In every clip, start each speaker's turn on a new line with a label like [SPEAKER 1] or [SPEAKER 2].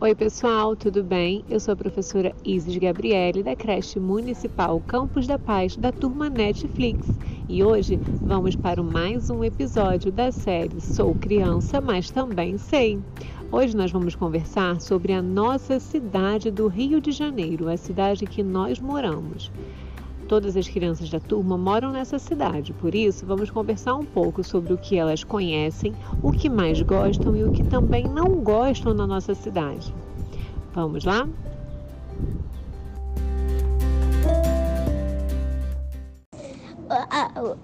[SPEAKER 1] Oi, pessoal, tudo bem? Eu sou a professora Isis Gabriele, da creche municipal Campos da Paz, da turma Netflix. E hoje vamos para mais um episódio da série Sou Criança, mas também sei. Hoje nós vamos conversar sobre a nossa cidade do Rio de Janeiro, a cidade que nós moramos. Todas as crianças da turma moram nessa cidade, por isso vamos conversar um pouco sobre o que elas conhecem, o que mais gostam e o que também não gostam na nossa cidade. Vamos lá?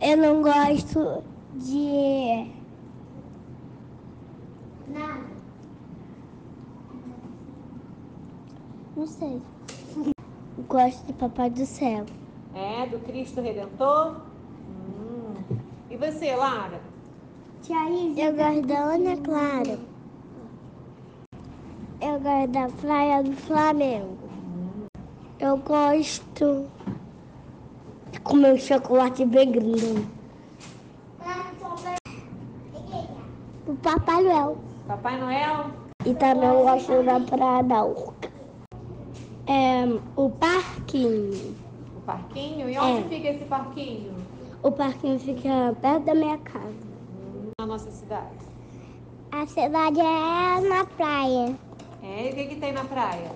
[SPEAKER 2] Eu não gosto de. Não sei. Gosto de Papai do Céu.
[SPEAKER 1] É, do Cristo Redentor? Hum. E você, Lara?
[SPEAKER 2] Tia Eu gosto da Ana Clara. Eu gosto da Praia do Flamengo. Eu gosto de comer um chocolate bem grande. O Papai Noel.
[SPEAKER 1] Papai Noel?
[SPEAKER 2] E também eu gosto da Praia da Urca. É, o parquinho.
[SPEAKER 1] O parquinho? E onde fica esse parquinho?
[SPEAKER 2] O parquinho fica perto da minha casa.
[SPEAKER 1] Na nossa cidade.
[SPEAKER 2] A cidade é na praia.
[SPEAKER 1] É, e o que, que tem na praia?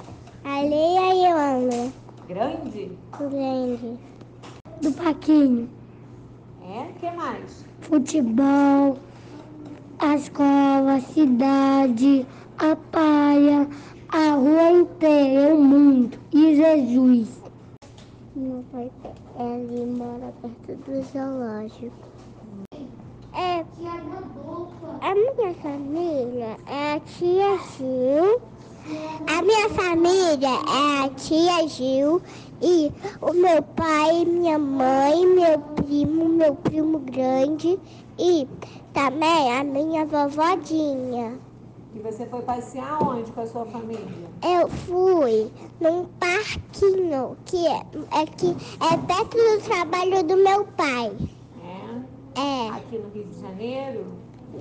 [SPEAKER 2] Areia e onda.
[SPEAKER 1] Grande?
[SPEAKER 2] Grande. Do parquinho.
[SPEAKER 1] É? O que mais?
[SPEAKER 2] Futebol, a escola, a cidade, a praia, a rua inteira, o mundo e Jesus. Meu pai, ele mora perto do zoológico. É, a minha família é a tia Gil. A minha família é a tia Gil e o meu pai, minha mãe, meu primo, meu primo grande e também a minha vovodinha.
[SPEAKER 1] E você foi passear onde com a sua família?
[SPEAKER 2] Eu fui num parquinho que é, é que é perto do trabalho do meu pai.
[SPEAKER 1] É?
[SPEAKER 2] É,
[SPEAKER 1] Aqui no Rio de Janeiro?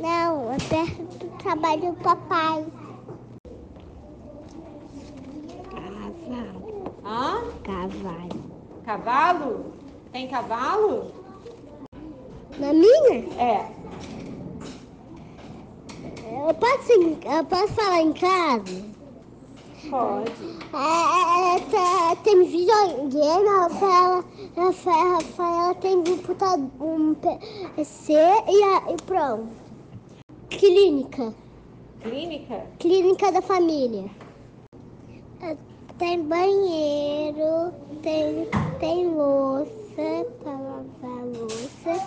[SPEAKER 2] não, é perto do trabalho do papai. Cavalo,
[SPEAKER 1] Hã?
[SPEAKER 2] cavalo.
[SPEAKER 1] Cavalo? Tem cavalo?
[SPEAKER 2] Na minha?
[SPEAKER 1] É.
[SPEAKER 2] Eu posso, em- eu posso falar em casa?
[SPEAKER 1] Pode.
[SPEAKER 2] É, é, tá- tem videogame, a Rafaela, a Rafaela, a Rafaela tem computador, um PC e, a, e pronto. Clínica,
[SPEAKER 1] Clínica?
[SPEAKER 2] clínica da família. Ah, Tem banheiro, tem, tem louça para lavar a louça.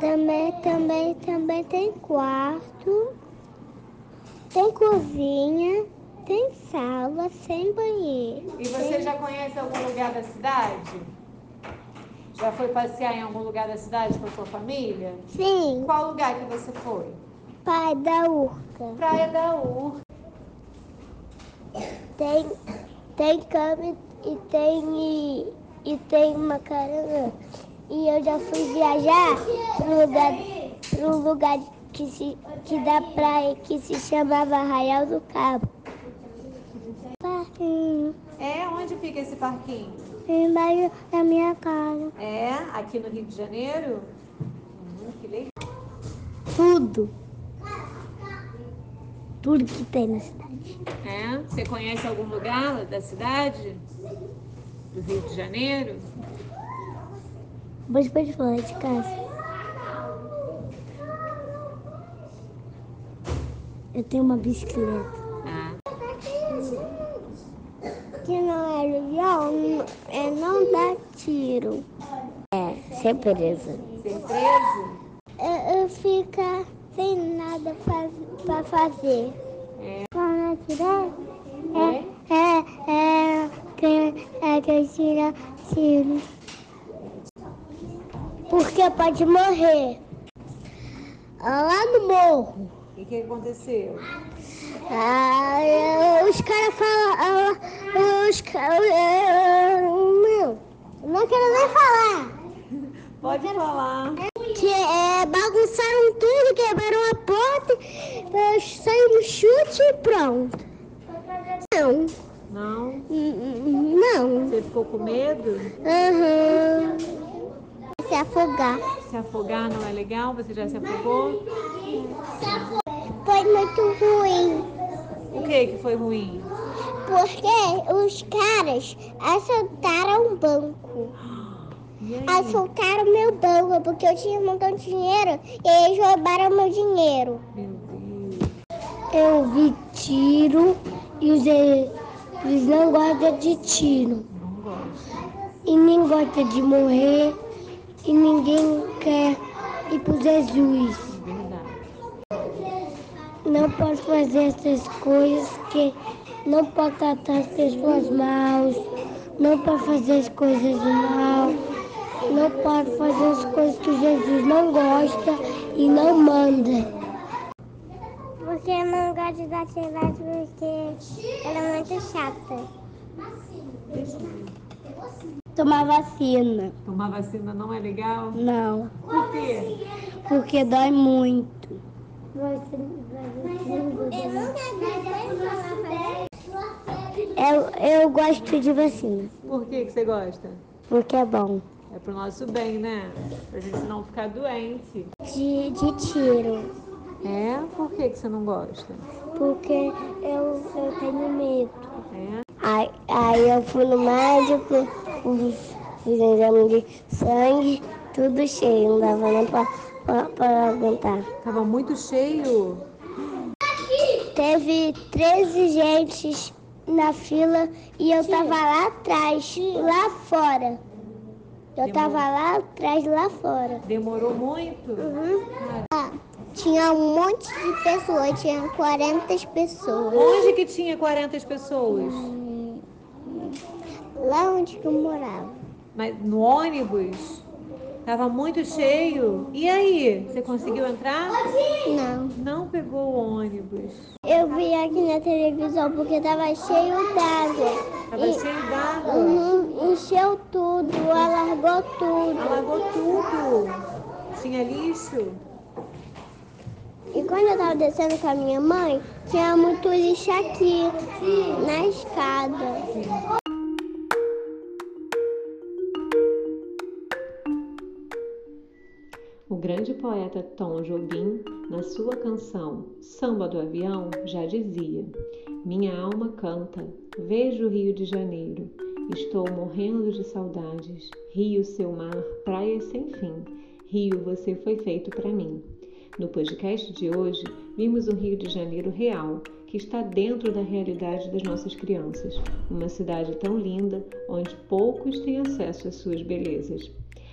[SPEAKER 2] Também, também, também tem quarto, tem cozinha, tem sala, sem banheiro.
[SPEAKER 1] E você já conhece algum lugar da cidade? Já foi passear em algum lugar da cidade com a sua família?
[SPEAKER 2] Sim,
[SPEAKER 1] Qual lugar que você foi?
[SPEAKER 2] pai da urca.
[SPEAKER 1] Praia da Urca.
[SPEAKER 2] Tem, tem cama e tem, e, tem macarona. E eu já fui viajar pro lugar, pro lugar que, se, que da praia que se chamava Arraial do Cabo. Parquinho,
[SPEAKER 1] É, onde fica esse parquinho?
[SPEAKER 2] embaixo da minha casa.
[SPEAKER 1] É, aqui no Rio de Janeiro? Hum, que legal.
[SPEAKER 2] Tudo. Tudo que tem na cidade.
[SPEAKER 1] É, você conhece algum lugar da cidade? Do Rio de Janeiro?
[SPEAKER 2] Mas pode falar de casa. Eu tenho uma bicicleta.
[SPEAKER 1] Ah,
[SPEAKER 2] Que não é legal, é não dar tiro. É, ser presa.
[SPEAKER 1] ser preso?
[SPEAKER 2] Eu, eu ficar sem nada pra, pra fazer.
[SPEAKER 1] É.
[SPEAKER 2] Quando eu tirar, é, é, é, que, é que eu tiro tiro. Porque pode morrer. Lá no morro.
[SPEAKER 1] E o que aconteceu?
[SPEAKER 2] Ah, eh, os caras falam. ah, ah, os caras. Meu, não quero nem falar.
[SPEAKER 1] Pode falar.
[SPEAKER 2] Que eh, bagunçaram tudo, ah, quebraram a porta, eh, saiu um chute e pronto.
[SPEAKER 1] Você ficou com medo?
[SPEAKER 2] Aham. Se afogar.
[SPEAKER 1] Se afogar não é legal? Você já se afogou?
[SPEAKER 2] Foi muito ruim.
[SPEAKER 1] O que que foi ruim?
[SPEAKER 2] Porque os caras assaltaram o banco.
[SPEAKER 1] E aí?
[SPEAKER 2] Assaltaram meu banco porque eu tinha um montão de dinheiro e eles roubaram meu dinheiro.
[SPEAKER 1] Meu Deus.
[SPEAKER 2] Eu vi tiro e os eles não gostam de tiro.
[SPEAKER 1] Não gosto.
[SPEAKER 2] E nem gosta de morrer. E ninguém quer ir pro Jesus.
[SPEAKER 1] de Verdade.
[SPEAKER 2] Não posso fazer essas coisas que não posso tratar as pessoas mal, não posso fazer as coisas mal, não posso fazer as coisas que Jesus não gosta e não manda. Porque eu não gosto da atividade porque ela é muito chata. Tomar vacina,
[SPEAKER 1] Tomar vacina não é legal?
[SPEAKER 2] não,
[SPEAKER 1] Por quê?
[SPEAKER 2] porque dói muito. Eu, É, eu gosto de vacina,
[SPEAKER 1] Por que que você gosta?
[SPEAKER 2] porque é bom.
[SPEAKER 1] É pro nosso bem, né? Pra gente não ficar doente.
[SPEAKER 2] De, de tiro,
[SPEAKER 1] É? Por que que você não gosta?
[SPEAKER 2] porque eu, eu tenho medo.
[SPEAKER 1] É?
[SPEAKER 2] Aí, aí eu fui no médico, fiz fiz exame de sangue, tudo cheio, não dava nem pra, pra, pra aguentar.
[SPEAKER 1] Tava muito cheio.
[SPEAKER 2] Teve 13 gentes na fila e eu tava lá atrás, lá fora. Eu tava lá atrás, lá fora. Ah,
[SPEAKER 1] Demorou muito?
[SPEAKER 2] Tinha um monte de pessoas, tinha 40 pessoas.
[SPEAKER 1] Onde que tinha 40 pessoas?
[SPEAKER 2] Lá onde eu morava.
[SPEAKER 1] Mas no ônibus? Tava muito cheio. E aí? Você conseguiu entrar?
[SPEAKER 2] Não.
[SPEAKER 1] Não pegou o ônibus.
[SPEAKER 2] Eu vi aqui na televisão porque tava cheio d'água.
[SPEAKER 1] Tava
[SPEAKER 2] E-
[SPEAKER 1] cheio d'água.
[SPEAKER 2] Uhum, encheu tudo, alargou tudo.
[SPEAKER 1] Alagou tudo. Tinha lixo.
[SPEAKER 2] E quando eu tava descendo com a minha mãe, tinha muito lixo aqui na escada.
[SPEAKER 1] O grande poeta Tom Jobim, na sua canção Samba do Avião, já dizia: Minha alma canta, vejo o Rio de Janeiro, estou morrendo de saudades. Rio, seu mar, praias sem fim. Rio, você foi feito para mim. No podcast de hoje, vimos um Rio de Janeiro real, que está dentro da realidade das nossas crianças. Uma cidade tão linda, onde poucos têm acesso às suas belezas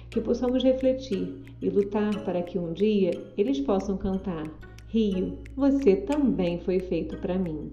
[SPEAKER 1] que possamos refletir e lutar para que um dia eles possam cantar: Rio, você também foi feito para mim.